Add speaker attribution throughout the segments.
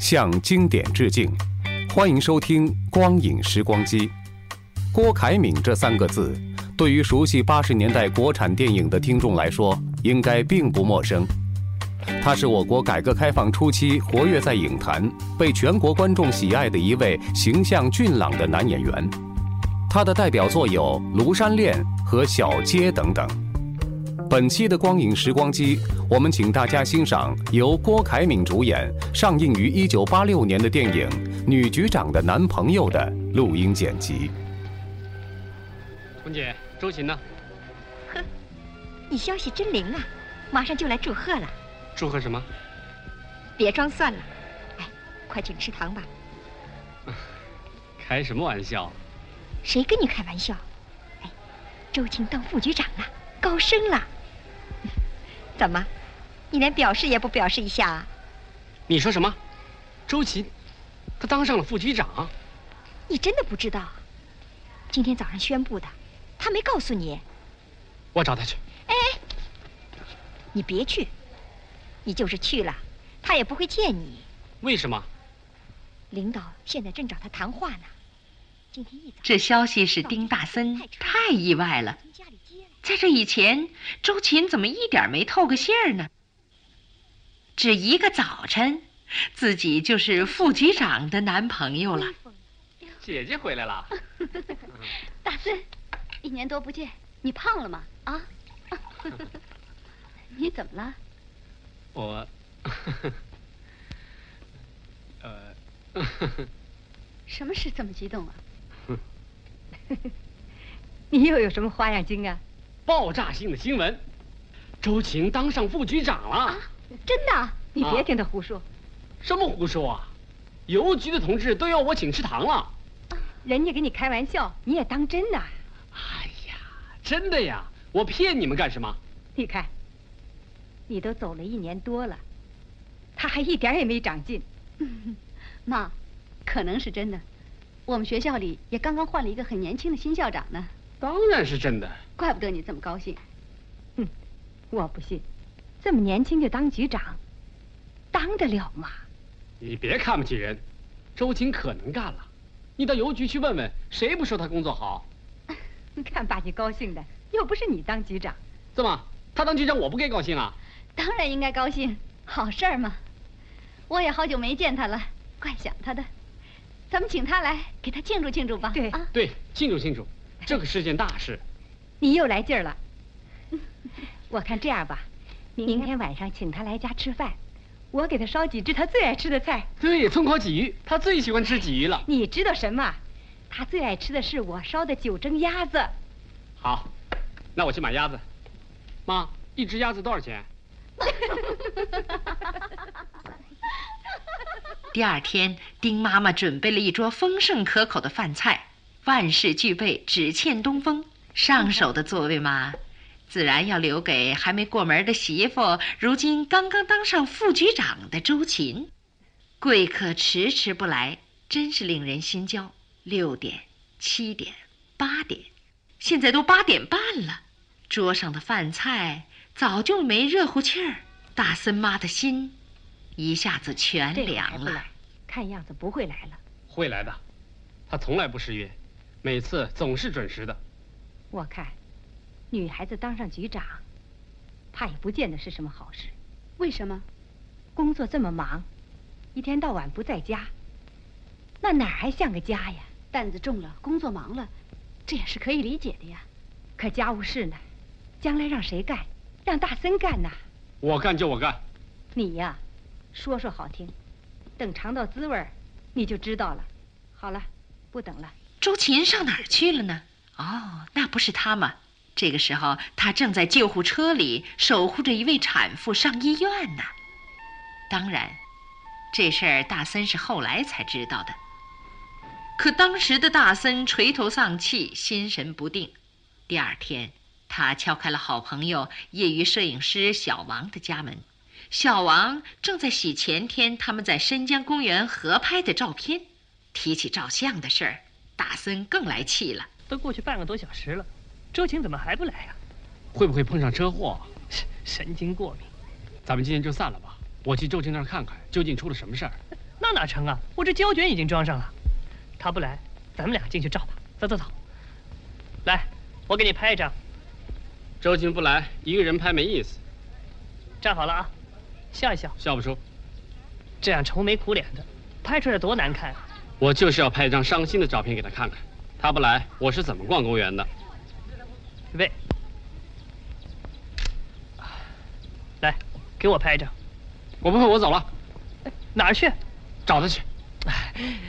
Speaker 1: 向经典致敬。欢迎收听《光影时光机》。郭凯敏这三个字，对于熟悉八十年代国产电影的听众来说，应该并不陌生。他是我国改革开放初期活跃在影坛、被全国观众喜爱的一位形象俊朗的男演员。他的代表作有《庐山恋》和《小街》等等。本期的光影时光机，我们请大家欣赏由郭凯敏主演、上映于1986年的电影《女局长的男朋友》的录音剪辑。
Speaker 2: 文姐，周琴呢？
Speaker 3: 你消息真灵啊，马上就来祝贺了，
Speaker 2: 祝贺什么？
Speaker 3: 别装蒜了，哎，快请吃糖吧。
Speaker 2: 开什么玩笑？
Speaker 3: 谁跟你开玩笑？哎，周青当副局长了，高升了。 怎么，你连表示也不表示一下啊？
Speaker 2: 你说什么？周琴，她当上了副局长？
Speaker 3: 你真的不知道啊？今天早上宣布的，他没告诉你。
Speaker 2: 我找她去。
Speaker 3: 你别去，你就是去了，他也不会见你。
Speaker 2: 为什么？
Speaker 3: 领导现在正找他谈话呢。今天一早，
Speaker 4: 这消息使丁大森太意外了。
Speaker 3: 从家里接来。
Speaker 4: 在这以前，周琴怎么一点没透个信儿呢？只一个早晨，自己就是副局长的男朋友了。
Speaker 2: 姐姐回来了。
Speaker 5: 大森，一年多不见，你胖了吗？ 啊？你怎么了？
Speaker 2: 我， 呃，
Speaker 5: 什么事这么激动啊？
Speaker 3: 你又有什么花样精啊？
Speaker 2: 爆炸性的新闻，周琴当上副局长了。
Speaker 3: 真的啊？你
Speaker 2: 别
Speaker 3: 听他胡说，
Speaker 2: 什么胡说啊！邮局的同志都要我请吃糖了。
Speaker 3: 人家给你开玩笑，你也当真呐、
Speaker 2: 哎呀，真的呀！我骗你们干什么？
Speaker 3: 你看，你都走了一年多了，他还一点儿也没长进。
Speaker 5: 妈，可能是真的。我们学校里也刚刚换了一个很年轻的新校长呢，
Speaker 2: 当然是真的。
Speaker 5: 怪不得你这么高兴。
Speaker 3: 我不信，这么年轻就当局长，当得了吗？
Speaker 2: 你别看不起人，周琴可能干了。你到邮局去问问，谁不说她工作好？
Speaker 3: 看把你高兴的，又不是你当局长。
Speaker 2: 怎么，她当局长我不该高兴啊？
Speaker 5: 当然应该高兴，好事儿嘛。我也好久没见他了，怪想他的。咱们请他来，给他庆祝庆祝吧。
Speaker 3: 对
Speaker 5: 啊，
Speaker 2: 对，庆祝庆祝，这可是件大事。
Speaker 3: 你又来劲 儿了。我看这样吧，明天晚上请他来家吃饭，我给他烧几只他最爱吃的菜。
Speaker 2: 对，葱烤鲫鱼，她最喜欢吃鲫鱼了。
Speaker 3: 你知道什么？他最爱吃的是我烧的九蒸鸭子，
Speaker 2: 好，那我去买鸭子。妈，一只鸭子多少钱？
Speaker 4: 第二天，丁妈妈准备了一桌丰盛可口的饭菜，万事俱备，只欠东风。上手的座位嘛，自然要留给还没过门的媳妇，如今刚刚当上副局长的周琴。贵客迟迟不来，真是令人心焦。六点、七点、八点，现在都八点半了，桌上的饭菜早就没热乎气儿，大森妈的心一下子全
Speaker 3: 这个还
Speaker 4: 凉
Speaker 3: 不
Speaker 4: 了
Speaker 3: 来。，看样子不会来了。
Speaker 2: 会来的，她从来不失约，每次总是准时的。
Speaker 3: 我看，女孩子当上局长，怕也不见得是什么好事。
Speaker 5: 为什么？
Speaker 3: 工作这么忙，一天到晚不在家，
Speaker 5: 那哪儿还像个家呀？担子重了，工作忙了，这也是可以理解的呀。可家务事呢，将来让谁干？让大森干呐？
Speaker 2: 我干就我干，
Speaker 5: 你呀，说说好听，等尝到滋味儿，你就知道了。好了，不等了。
Speaker 4: 周琴上哪儿去了呢？哦，那不是她吗？这个时候，她正在救护车里守护着一位产妇上医院呢。当然，这事儿大森是后来才知道的。可当时的大森垂头丧气，心神不定。第二天，他敲开了好朋友业余摄影师小王的家门。小王正在洗前天他们在申江公园合拍的照片。提起照相的事儿，大森更来气了。
Speaker 6: 都过去半个多小时了，周晴怎么还不来呀、
Speaker 2: 会不会碰上车祸？
Speaker 6: 神经过敏，
Speaker 2: 咱们今天就散了吧，我去周青那儿看看究竟出了什么事儿。
Speaker 6: 那哪成啊！我这胶卷已经装上了，她不来，咱们俩进去照吧。走走走，来，我给你拍一张，
Speaker 2: 周青不来，一个人拍没意思，
Speaker 6: 站好了啊，笑一笑，
Speaker 2: 笑不出。
Speaker 6: 这样愁眉苦脸的，拍出来多难看啊！
Speaker 2: 我就是要拍一张伤心的照片给他看看，他不来，我是怎么逛公园的？
Speaker 6: 预备，来，给我拍一张。
Speaker 2: 我不会，我走了。
Speaker 6: 哪儿去？
Speaker 2: 找他去。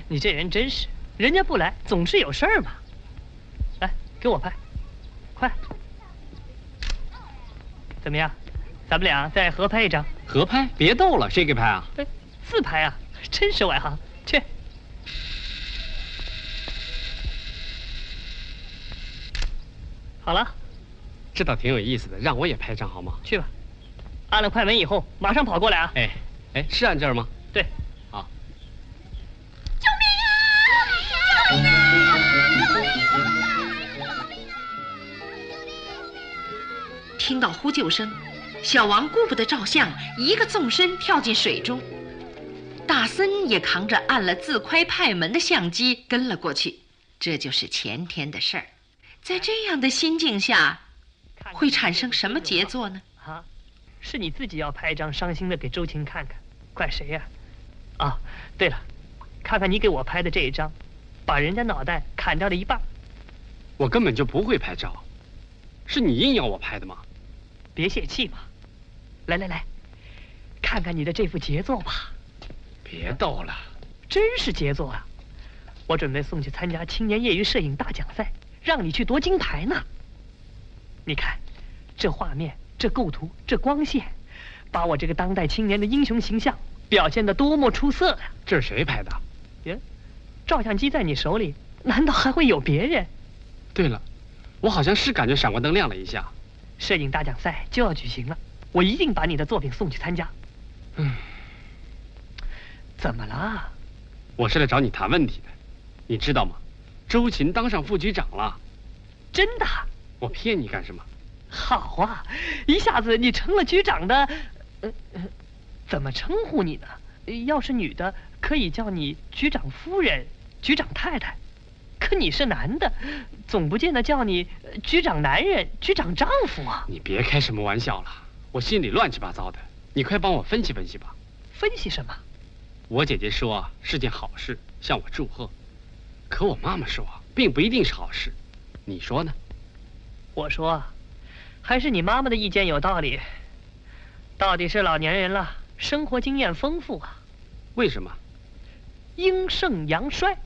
Speaker 6: 你这人真是，人家不来总是有事儿嘛。来，给我拍，快！怎么样？咱们俩再合拍一张，
Speaker 2: 合拍？别逗了，谁给拍啊？
Speaker 6: 自拍啊，真是外行。去，好了，
Speaker 2: 这倒挺有意思的，让我也拍张好吗？
Speaker 6: 去吧。按了快门以后，马上跑过来啊！
Speaker 2: 哎，哎，是按这儿吗？
Speaker 6: 对，
Speaker 2: 好。
Speaker 4: 听到呼救声，小王顾不得照相，一个纵身跳进水中。大森也扛着按了自快派门的相机跟了过去。这就是前天的事儿。在这样的心境下，会产生什么杰作呢？
Speaker 6: 啊，是你自己要拍一张伤心的给周琴看看，怪谁呀、啊？对了，看看你给我拍的这一张，把人家脑袋砍掉了一半。
Speaker 2: 我根本就不会拍照，是你硬要我拍的吗？
Speaker 6: 别泄气嘛！来来来，看看你的这幅杰作吧，
Speaker 2: 别逗了，
Speaker 6: 真是杰作啊！我准备送去参加青年业余摄影大奖赛，让你去夺金牌呢。你看，这画面、这构图、这光线，把我这个当代青年的英雄形象表现得多么出色呀、
Speaker 2: 这是谁拍的？
Speaker 6: 耶，照相机在你手里，难道还会有别人？
Speaker 2: 对了，我好像是感觉闪光灯亮了一下。
Speaker 6: 摄影大奖赛就要举行了，我一定把你的作品送去参加。
Speaker 2: 嗯，
Speaker 6: 怎么啦？
Speaker 2: 我是来找你谈问题的，你知道吗？周琴当上副局长了，
Speaker 6: 真的？
Speaker 2: 我骗你干什么？
Speaker 6: 好啊，一下子你成了局长的，呃，呃怎么称呼你呢？呃要是女的，可以叫你局长夫人、局长太太；可你是男的，总不见得叫你呃局长男人、局长丈夫啊。
Speaker 2: 你别开什么玩笑了，我心里乱七八糟的，你快帮我分析分析吧。
Speaker 6: 分析什么？
Speaker 2: 我姐姐说啊是件好事，向我祝贺，可我妈妈说啊并不一定是好事，你说呢？
Speaker 6: 我说，还是你妈妈的意见有道理。到底是老年人了，生活经验丰富啊，
Speaker 2: 为什么？
Speaker 6: 阴盛阳衰，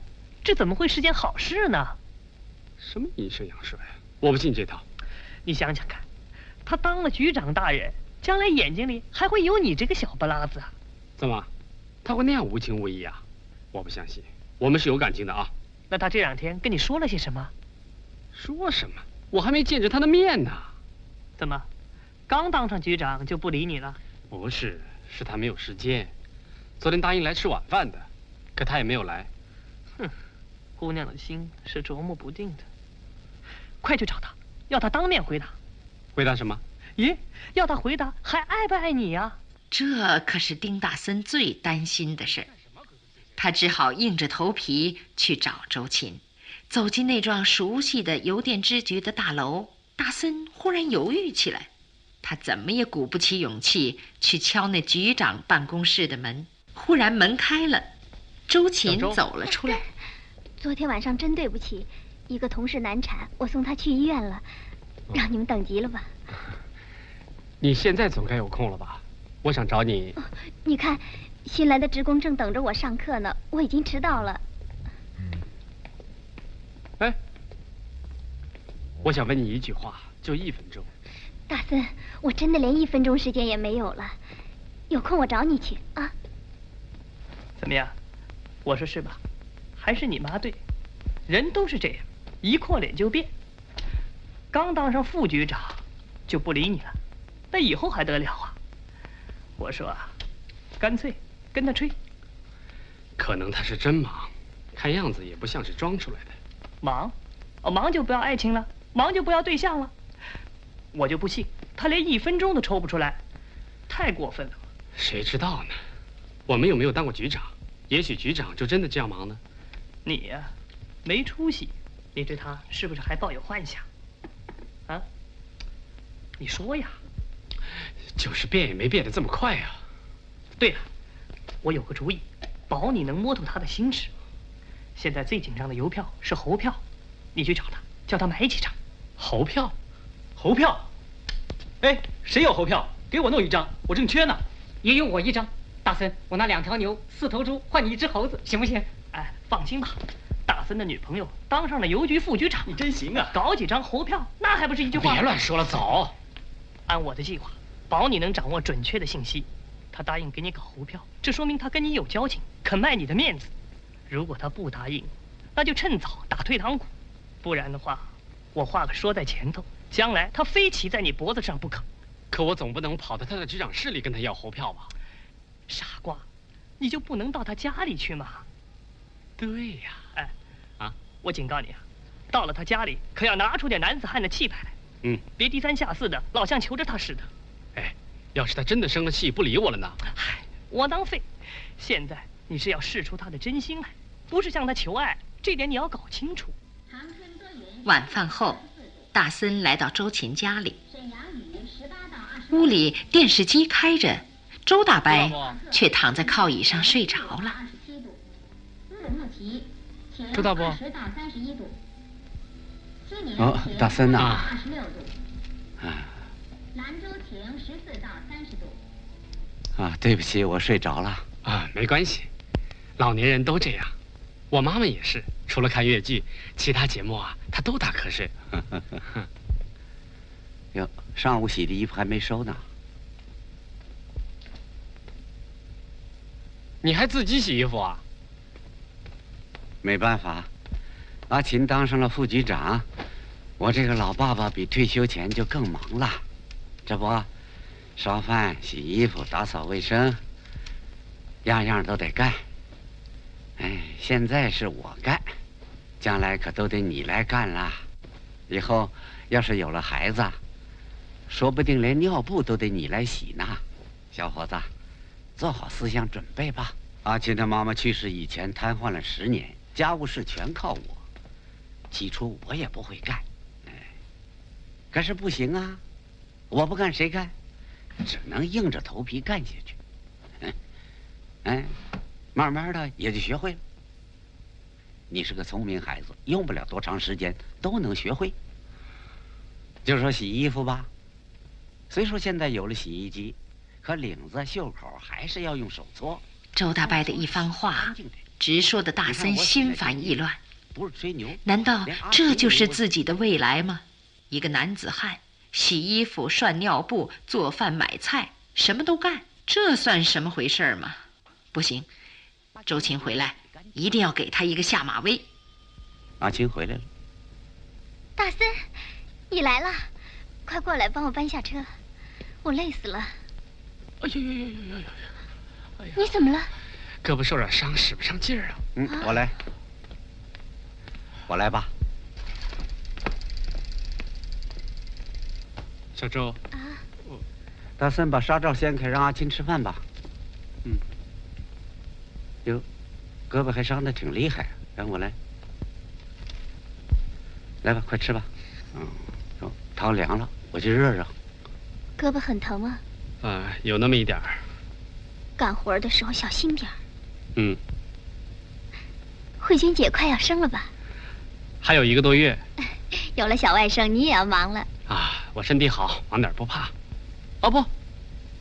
Speaker 6: 这怎么会是件好事呢？
Speaker 2: 什么阴盛阳衰啊？我不信这套。
Speaker 6: 你想想看，他当了局长大人，将来眼睛里还会有你这个小不拉子啊？
Speaker 2: 怎么，他会那样无情无义啊？我不相信，我们是有感情的啊！
Speaker 6: 那他这两天跟你说了些什么？
Speaker 2: 说什么？我还没见着他的面呢。
Speaker 6: 怎么，刚当上局长就不理你了？
Speaker 2: 不是，是他没有时间。昨天答应来吃晚饭的，可他也没有来。
Speaker 6: 姑娘的心是琢磨不定的。快去找他，要他当面回答。
Speaker 2: 回答什么？
Speaker 6: 咦，要他回答还爱不爱你啊呀、
Speaker 4: 这可是丁大森最担心的事儿，他只好硬着头皮去找周琴。走进那幢熟悉的邮电支局的大楼，大森忽然犹豫起来。他怎么也鼓不起勇气去敲那局长办公室的门。忽然门开了，周琴走了出来。
Speaker 5: 昨天晚上真对不起，一个同事难产，我送她去医院了，让你们等急了吧？
Speaker 2: 你现在总该有空了吧？我想找你，
Speaker 5: 你看，新来的职工正等着我上课呢，我已经迟到了。
Speaker 2: 我想问你一句话，就一分钟。
Speaker 5: 大森，我真的连一分钟时间也没有了，有空我找你去啊。
Speaker 6: 怎么样？我说是吧？还是你妈对，人都是这样，一扩脸就变。刚当上副局长，就不理你了，那以后还得了啊？我说啊，干脆跟他吹。
Speaker 2: 可能他是真忙，看样子也不像是装出来的。
Speaker 6: 忙，哦，忙就不要爱情了，忙就不要对象了。我就不信他连一分钟都抽不出来，太过分了。
Speaker 2: 谁知道呢？我们有没有当过局长？也许局长就真的这样忙呢。
Speaker 6: 你呀、没出息，你对他是不是还抱有幻想？啊？你说呀？
Speaker 2: 就是变也哎没变得这么快啊呀、
Speaker 6: 对了，我有个主意，保你能摸透他的心事。现在最紧张的邮票是猴票，你去找他，叫他买几张。
Speaker 2: 猴票？
Speaker 6: 猴票？哎，谁有猴票？给我弄一张，我正缺呢。
Speaker 7: 也有我一张。大森，我拿两条牛、四头猪换你一只猴子，行不行？
Speaker 6: 哎，放心吧，大森的女朋友当上了邮局副局长，你真行啊！搞几张猴票，那还不是一句话？
Speaker 2: 别乱说了，走。
Speaker 6: 按我的计划，保你能掌握准确的信息。他答应给你搞猴票，这说明他跟你有交情，肯卖你的面子。如果他不答应，那就趁早打退堂鼓，不然的话，我话可说在前头，将来他非骑在你脖子上不可。
Speaker 2: 可我总不能跑到他的局长室里跟他要猴票吧？
Speaker 6: 傻瓜，你就不能到他家里去吗？
Speaker 2: 对呀、
Speaker 6: 哎，
Speaker 2: 啊，
Speaker 6: 我警告你啊，到了他家里可要拿出点男子汉的气派来，
Speaker 2: 嗯，
Speaker 6: 别低三下四的，老像求着他似的。
Speaker 2: 要是他真的生了气不理我了呢？
Speaker 6: 窝囊废！现在你是要试出他的真心来，不是向他求爱，这点你要搞清楚。
Speaker 4: 晚饭后，大森来到周琴家里，
Speaker 8: 沈阳语十八到二十。
Speaker 4: 屋里电视机开着，周大白
Speaker 8: 要
Speaker 4: 却躺在靠椅上睡着了。
Speaker 8: 日莫提，铁
Speaker 4: 知道
Speaker 8: 量
Speaker 4: 不
Speaker 8: 二十到三十一度。今年
Speaker 9: 哦
Speaker 8: 铁
Speaker 9: 大森呐
Speaker 8: 二十六度，
Speaker 9: 啊
Speaker 8: 兰州亭十四到三十度。
Speaker 9: 啊，对不起，我睡着了。
Speaker 2: 啊，没关系，老年人都这样。我妈妈也是，除了看越剧，其他节目啊，她都打瞌睡。
Speaker 9: 哟，上午洗的衣服还没收呢。
Speaker 2: 你还自己洗衣服啊？
Speaker 9: 没办法，阿琴当上了副局长，我这个老爸爸比退休前就更忙了。这不，烧饭、洗衣服、打扫卫生，样样都得干。哎，现在是我干，将来可都得你来干啦。以后要是有了孩子，说不定连尿布都得你来洗呢。小伙子，做好思想准备吧。阿琴的啊妈妈去世以前瘫痪了十年，家务事全靠我。起初我也不会干，哎，可是不行啊，我不干谁干？只能硬着头皮干下去。 哎哎，慢慢的也就学会了。你是个聪明孩子，用不了多长时间都能学会。就说洗衣服吧，虽说现在有了洗衣机，可领子、袖口还是要用手搓。
Speaker 4: 周大白的一番话，直说的大森心烦意乱。
Speaker 9: 不是吹牛，
Speaker 4: 难道
Speaker 9: 连阿
Speaker 4: 这
Speaker 9: 琴
Speaker 4: 就是
Speaker 9: 都
Speaker 4: 自己的未来吗？一个男子汉，洗衣服、涮尿布、做饭、买菜，什么都干，这算什么回事儿吗？不行，周琴回来一定要给他一个下马威。
Speaker 9: 阿琴回来了，
Speaker 5: 大森，你来了，快过来帮我搬下车，我累死了。
Speaker 2: 哎呦呦呦呦哎呦！
Speaker 5: 你怎么了？
Speaker 2: 胳膊受点伤，使不上劲儿啊。
Speaker 9: 嗯，我来，我来吧。
Speaker 2: 小周，
Speaker 9: 大森把纱罩掀开，让阿琴吃饭吧。嗯。哟，胳膊还伤得挺厉害，啊让哎我来。来吧，快吃吧。嗯，哦汤凉了，我去热热。
Speaker 5: 胳膊很疼啊吗？
Speaker 2: 啊，有那么一点儿。
Speaker 5: 干活的时候小心点儿。
Speaker 2: 嗯，
Speaker 5: 慧君姐快要生了吧？
Speaker 2: 还有一个多月
Speaker 5: 有了小外甥，你也要忙了。
Speaker 2: 啊，我身体好，忙点儿不怕。哦不，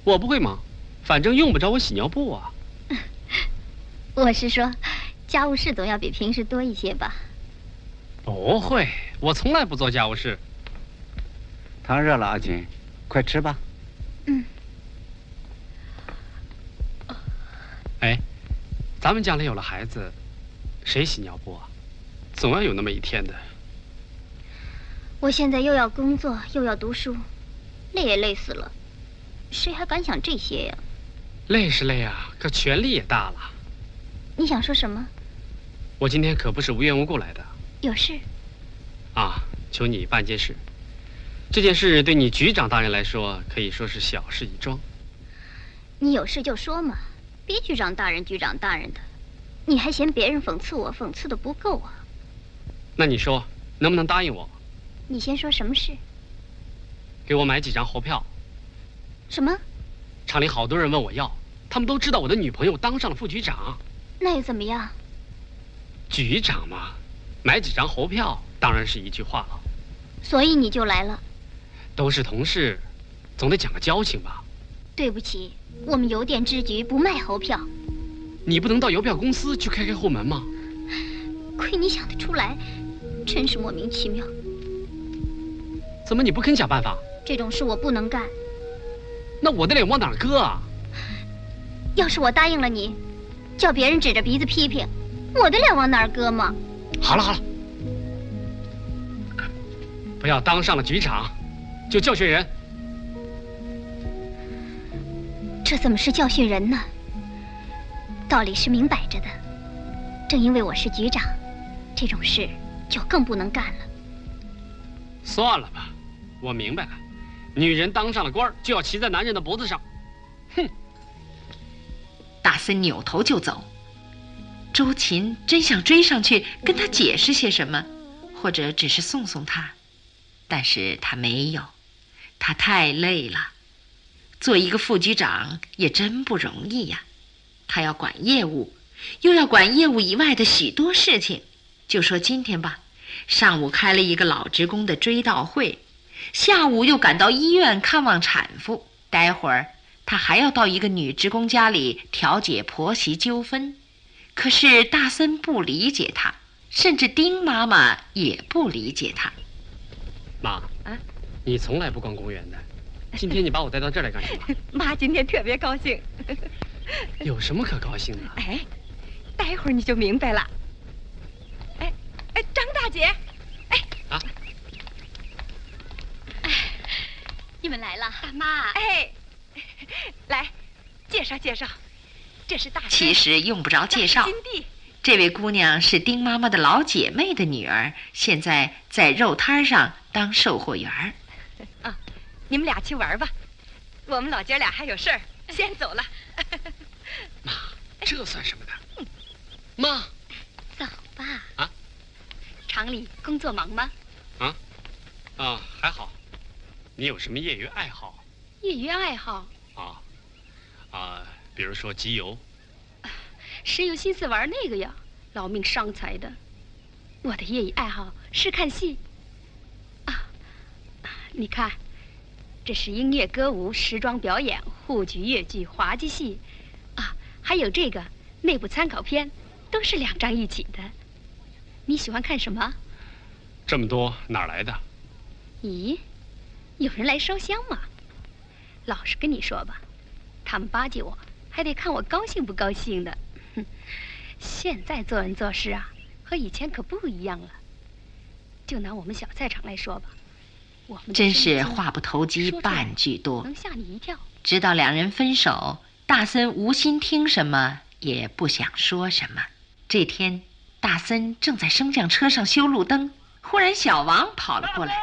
Speaker 2: 我不会忙，反正用不着我洗尿布啊。
Speaker 5: 我是说，家务事总要比平时多一些吧？
Speaker 9: 哦
Speaker 2: 不会，我从来不做家务事。
Speaker 9: 汤热了，阿琴，快吃 吧。
Speaker 5: 嗯。
Speaker 2: 哎，咱们将来有了孩子，谁洗尿布啊？总要有那么一天的。
Speaker 5: 我现在又要工作，又要读书，累也累死了，谁还敢想这些呀？
Speaker 2: 累是累啊，可权力也大了。
Speaker 5: 你想说什么？
Speaker 2: 我今天可不是无缘无故来的
Speaker 5: 有事？
Speaker 2: 啊！求你办件事，这件事对你局长大人来说可以说是小事一桩。
Speaker 5: 你有事就说嘛，别局长大人局长大人的，你还嫌别人讽刺我讽刺的不够啊？
Speaker 2: 那你说能不能答应我，
Speaker 5: 你先说什么事？
Speaker 2: 给我买几张猴票？
Speaker 5: 什么？
Speaker 2: 厂里好多人问我要，他们都知道我的女朋友当上了副局长。
Speaker 5: 那又怎么样？
Speaker 2: 局长嘛，买几张猴票当然是一句话了。
Speaker 5: 所以你就来了。
Speaker 2: 都是同事，总得讲个交情吧？
Speaker 5: 对不起，我们邮电支局不卖猴票，
Speaker 2: 你不能到邮票公司去开开后门吗？
Speaker 5: 亏你想得出来，真是莫名其妙。
Speaker 2: 怎么你不肯想办法？
Speaker 5: 这种事我不能干。
Speaker 2: 那我的脸往哪儿搁啊？
Speaker 5: 要是我答应了你，叫别人指着鼻子批评，我的脸往哪儿搁嘛？
Speaker 2: 好了好了，不要当上了局长就教训人。
Speaker 5: 这怎么是教训人呢？道理是明摆着的，正因为我是局长，这种事就更不能干了。
Speaker 2: 算了吧，我明白了，女人当上了官儿就要骑在男人的脖子上。
Speaker 4: 大森扭头就走。周琴真想追上去跟他解释些什么，或者只是送送他，但是他没有，他太累了。做一个副局长也真不容易呀、他要管业务，又要管业务以外的许多事情。就说今天吧，上午开了一个老职工的追悼会，下午又赶到医院看望产妇，待会儿他还要到一个女职工家里调解婆媳纠纷。可是大森不理解他，甚至丁妈妈也不理解他。
Speaker 2: 妈，
Speaker 3: 啊
Speaker 2: 你从来不逛公园的，今天你把我带到这儿来干什么？
Speaker 3: 妈今天特别高兴，
Speaker 2: 有什么可高兴的？
Speaker 3: 哎，待会儿你就明白了。哎哎，张大姐，哎
Speaker 4: 啊
Speaker 5: 你们来了，
Speaker 3: 大妈，哎，来，介绍介绍，这是大森
Speaker 4: 其实用不着介
Speaker 3: 大
Speaker 4: 绍
Speaker 3: 森，金地，
Speaker 4: 这位姑娘是丁妈妈的老姐妹的女儿，现在在肉摊上当售货员儿。
Speaker 3: 啊你们俩去玩吧，我们老姐俩还有事儿，先走了。
Speaker 2: 哎这算什么的？嗯妈，
Speaker 5: 走吧。
Speaker 2: 啊？
Speaker 5: 厂里工作忙吗？
Speaker 2: 啊啊，还好。你有什么业余爱好
Speaker 5: 业余爱好，
Speaker 2: 啊？啊，比如说集邮。
Speaker 5: 谁有心思玩那个呀？劳命伤财的。我的业余爱好是看戏。啊，你看，这是音乐、歌舞、时装表演、沪剧、越剧、滑稽戏，啊，还有这个内部参考片，都是两张一起的。你喜欢看什么？
Speaker 2: 这么多哪儿来的？
Speaker 5: 咦，有人来烧香吗？老实跟你说吧，他们巴结我，还得看我高兴不高兴的。哼，现在做人做事啊，和以前可不一样了。就拿我们小菜场来说吧，我们的
Speaker 4: 真
Speaker 5: 生意
Speaker 4: 是
Speaker 5: 经
Speaker 4: 话不投机
Speaker 5: 说出来嗯
Speaker 4: 半句多
Speaker 5: 能。吓你一 跳。
Speaker 4: 直到两人分手，大森无心听什么，也不想说什么。这天，大森正在升降车上修路灯，忽然小王跑了过来。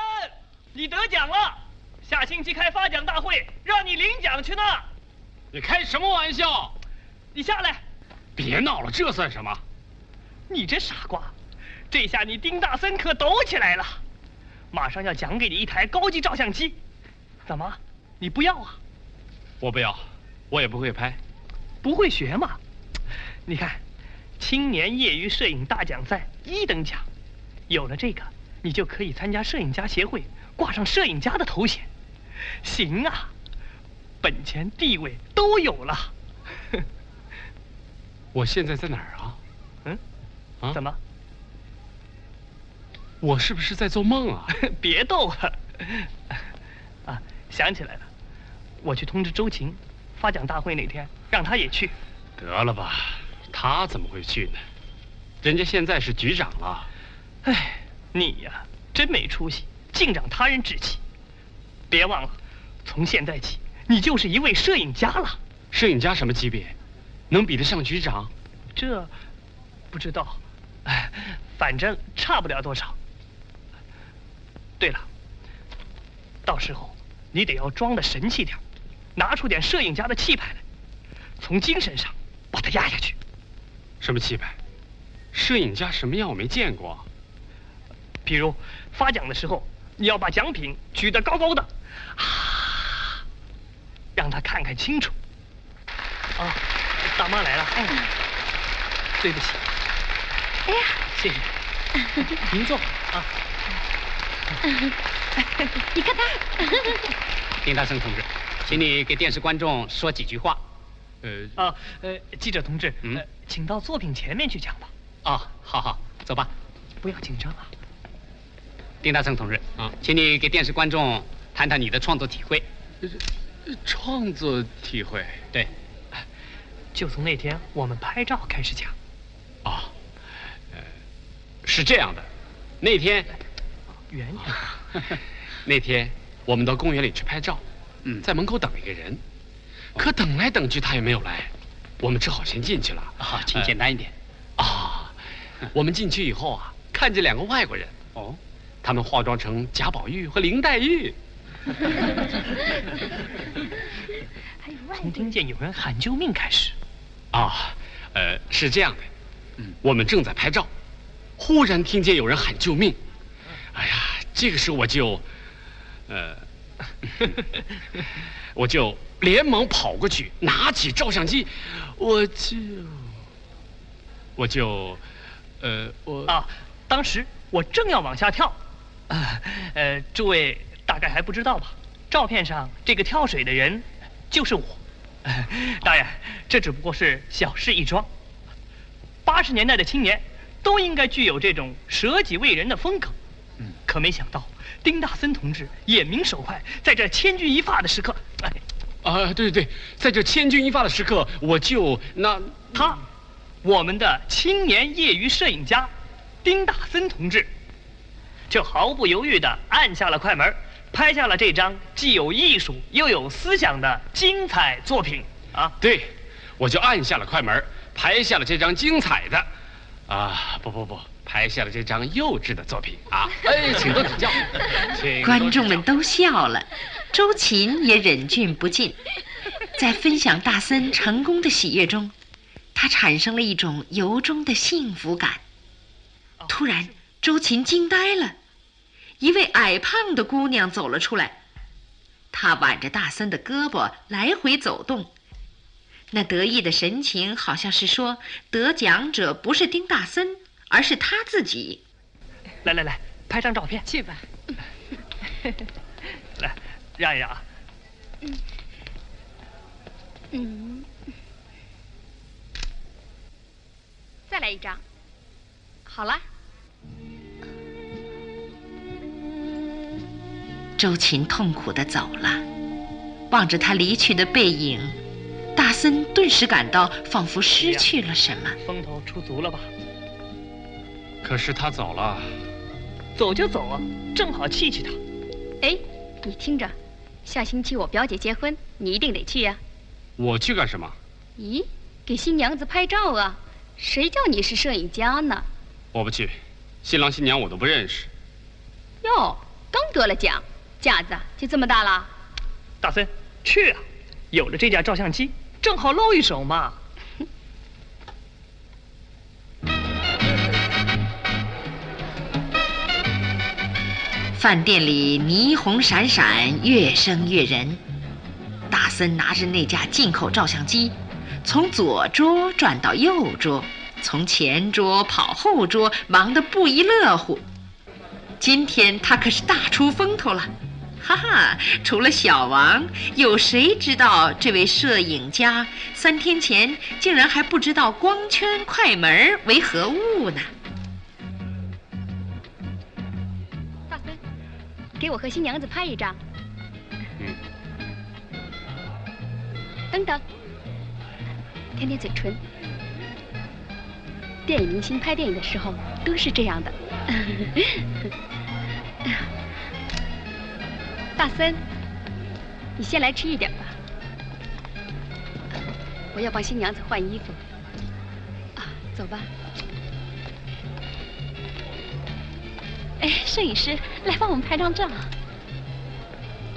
Speaker 6: 你得奖了，下星期开发奖大会，让你领奖去呢。
Speaker 2: 你开什么玩笑？
Speaker 6: 你下来，
Speaker 2: 别闹了，这算什么？
Speaker 6: 你这傻瓜，这下你丁大森可抖起来了。马上要奖给你一台高级照相机，怎么，你不要啊？
Speaker 2: 我不要，我也不会拍。
Speaker 6: 不会学嘛？你看，青年业余摄影大奖赛一等奖。有了这个，你就可以参加摄影家协会，挂上摄影家的头衔。行啊，本钱地位都有了。
Speaker 2: 我现在在哪儿啊？
Speaker 6: 嗯，啊？怎么？
Speaker 2: 我是不是在做梦啊？
Speaker 6: 别逗了。 啊，想起来了，我去通知周琴，发奖大会那天让他也去。
Speaker 2: 得了吧，他怎么会去呢？人家现在是局长了。
Speaker 6: 哎，你呀、真没出息，竟长他人志气。别忘了，从现在起，你就是一位摄影家了。
Speaker 2: 摄影家什么级别？能比得上局长？
Speaker 6: 这不知道，哎，反正差不了多少。对了，到时候你得要装的神气点儿，拿出点摄影家的气派来，从精神上把他压下去。
Speaker 2: 什么气派？摄影家什么样我没见过啊。
Speaker 6: 比如发奖的时候，你要把奖品举得高高的，啊，啊让他看看清楚。啊，大妈来了。哎，对不起，
Speaker 5: 嗯哎呀，
Speaker 6: 谢谢，您坐啊。
Speaker 5: 你看他，
Speaker 10: 丁大生同志，请你给电视观众说几句话。
Speaker 2: 呃，
Speaker 6: 啊，呃，记者同志，嗯、请到作品前面去讲吧。
Speaker 10: 啊、好好，走吧。
Speaker 6: 不要紧张啊。
Speaker 10: 丁大生同志，啊，请你给电视观众谈谈你的创作体会。
Speaker 2: 创作体会，
Speaker 10: 对，
Speaker 6: 就从那天我们拍照开始讲。
Speaker 2: 啊，呃，是这样的，那天，
Speaker 6: 圆圆，
Speaker 2: 那天我们到公园里去拍照，嗯，在门口等一个人，可等来等去他也没有来，我们只好先进去了。
Speaker 10: 啊，请简单一点。
Speaker 2: 呃我们进去以后啊，看见两个外国人，
Speaker 10: 哦，
Speaker 2: 他们化妆成贾宝玉和林黛玉。
Speaker 6: 从听见有人喊救命开始，
Speaker 2: 啊，呃，是这样的，
Speaker 6: 嗯
Speaker 2: 我们正在拍照，忽然听见有人喊救命，
Speaker 6: 嗯
Speaker 2: 哎呀，这个时候我就，呃， 我就连忙跑过去，拿起照相机，我就，我就，呃，我
Speaker 6: 啊，当时我正要往下跳，啊，呃，诸位大概还不知道吧？照片上这个跳水的人就是我，呃当然这只不过是小事一桩。八十年代的青年都应该具有这种舍己为人的风格，
Speaker 10: 嗯
Speaker 6: 可没想到丁大森同志眼明手快，在这千钧一发的时刻，哎，
Speaker 2: 啊，对对对，在这千钧一发的时刻，我就那
Speaker 6: 他，我们的青年业余摄影家丁大森同志，就毫不犹豫地按下了快门，拍下了这张既有艺术又有思想的精彩作品啊！
Speaker 2: 对，我就按下了快门，拍下了这张精彩的，啊，不不不，拍下了这张幼稚的作品 啊！哎，请多指教，请多
Speaker 4: 观众们都笑了，周琴也忍俊不禁。在分享大森成功的喜悦中，他产生了一种由衷的幸福感。
Speaker 6: 哦
Speaker 4: 突然，周琴惊呆了，一位矮胖的姑娘走了出来，她挽着大森的胳膊来回走动，那得意的神情好像是说得奖者不是丁大森，而是他自己。
Speaker 6: 来来来，拍张照片，
Speaker 11: 去吧。
Speaker 6: 来让一让啊！
Speaker 5: 嗯，再来一张。好了，
Speaker 4: 周琴痛苦地走了，望着他离去的背影，大森顿时感到仿佛失去了什么。
Speaker 6: 风头出足了吧？
Speaker 2: 可是他走了，
Speaker 6: 走就走啊，正好气气他。
Speaker 5: 哎，你听着，下星期我表姐结婚，你一定得去啊呀、
Speaker 2: 我去干什么？
Speaker 5: 咦，给新娘子拍照啊？谁叫你是摄影家呢？
Speaker 2: 我不去，新郎新娘我都不认识。
Speaker 5: 哟，刚得了奖，架子就这么大了？
Speaker 6: 大森，去啊！有了这架照相机，正好露一手嘛。
Speaker 4: 饭店里霓虹闪闪，越升越人。大森拿着那架进口照相机，从左桌转到右桌，从前桌跑后桌，忙得不亦乐乎。今天他可是大出风头了，哈哈！除了小王，有谁知道这位摄影家三天前竟然还不知道光圈、快门为何物呢？
Speaker 5: 大森，给我和新娘子拍一张。
Speaker 2: 嗯。
Speaker 5: 等等，舔舔嘴唇。电影明星拍电影的时候都是这样的。 大森，你先来吃一点吧，我要帮新娘子换衣服。啊，走吧。哎，摄影师，来帮我们拍张照。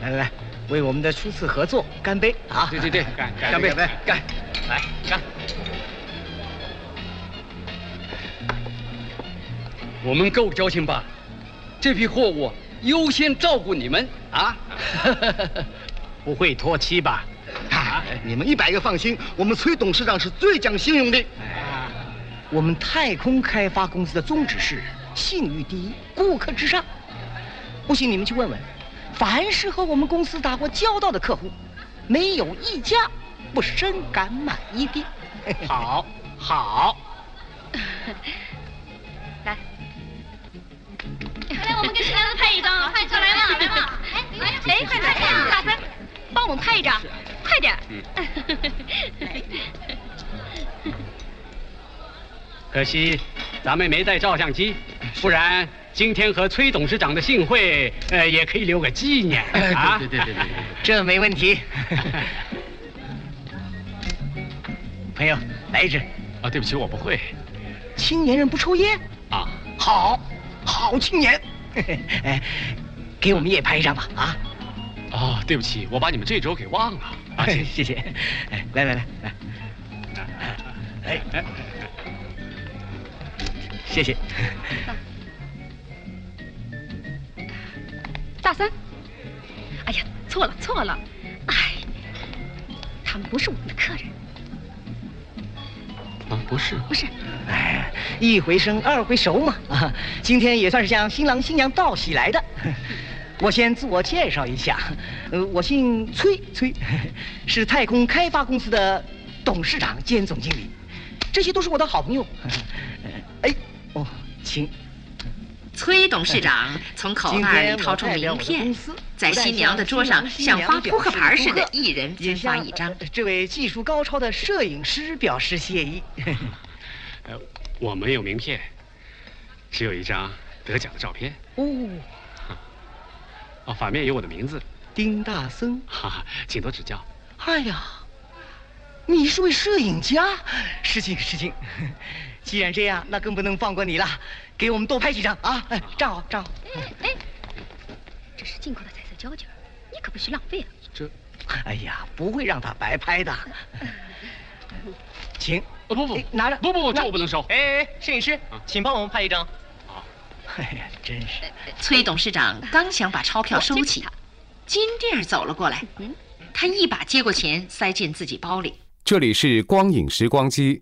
Speaker 11: 来来来，为我们的初次合作干杯啊！
Speaker 2: 对对对，干干杯
Speaker 11: 干杯
Speaker 2: 干，来干。我们够交情吧？这批货物优先照顾你们 啊！
Speaker 12: 不会拖期吧？啊，你们一百个放心，我们崔董事长是最讲信用的。
Speaker 11: 哎我们太空开发公司的宗旨是信誉第一，顾客至上。不信你们去问问，凡是和我们公司打过交道的客户，没有一家不深感满意的。
Speaker 12: 好，好。
Speaker 5: 来，我们跟新娘子拍一张啊！快快来吧，来吧！哎，哎，快点，大森，帮我们拍一张，快点！
Speaker 2: 可惜咱们没带照相机，不然今天和崔董事长的幸会，呃，也可以留个纪念啊！
Speaker 11: 对对对对对， 这没问 题。朋友，来一支。
Speaker 2: 啊，对不起，我不会。
Speaker 11: 青年人不抽烟
Speaker 2: 啊？
Speaker 11: 好，好青年。嘿嘿 哎，给我们也拍一张吧啊！
Speaker 2: 哦，对不起，我把你们这周给忘了。啊，谢
Speaker 11: 谢谢。哎，来来来来，哎哎，谢谢。
Speaker 5: 大森，哎呀，错了错了，哎，他们不是我们的客人，
Speaker 2: 啊，不是。
Speaker 5: 不是。
Speaker 11: 哎，一回生二回熟嘛啊！今天也算是向新郎新娘道喜来的。我先自我介绍一下，呃，我姓崔，崔是太空开发公司的董事长兼总经理，这些都是我的好朋友。哎，哦，请。
Speaker 4: 崔董事长从口袋里掏出名片，在新娘的桌上像发扑克牌似的，一人分发一张。
Speaker 11: 呃这位技术高超的摄影师表示谢意。
Speaker 2: 呃，我没有名片，只有一张得奖的照片。
Speaker 11: 哦，
Speaker 2: 哦，反面有我的名字，
Speaker 11: 丁大森。
Speaker 2: 哈哈，请多指教。
Speaker 11: 哎呀，你是位摄影家，失敬失敬。 既然这样，那更不能放过你了，给我们多拍几张啊！哎，站好，站好。
Speaker 5: 哎，这是进口的彩色胶卷，你可不许浪费啊！
Speaker 2: 这，
Speaker 11: 哎呀，不会让他白拍 的。请。哎
Speaker 2: 哦不不，
Speaker 11: 拿着。
Speaker 2: 不不不，这我不能收。嗯
Speaker 7: 哎哎，摄影师，请帮我们拍一张。
Speaker 11: 哎呀，真是！
Speaker 4: 崔董事长刚想把钞票收起，金弟儿走了过来，他一把接过钱塞进自己包里。
Speaker 1: 这里是光影时光机，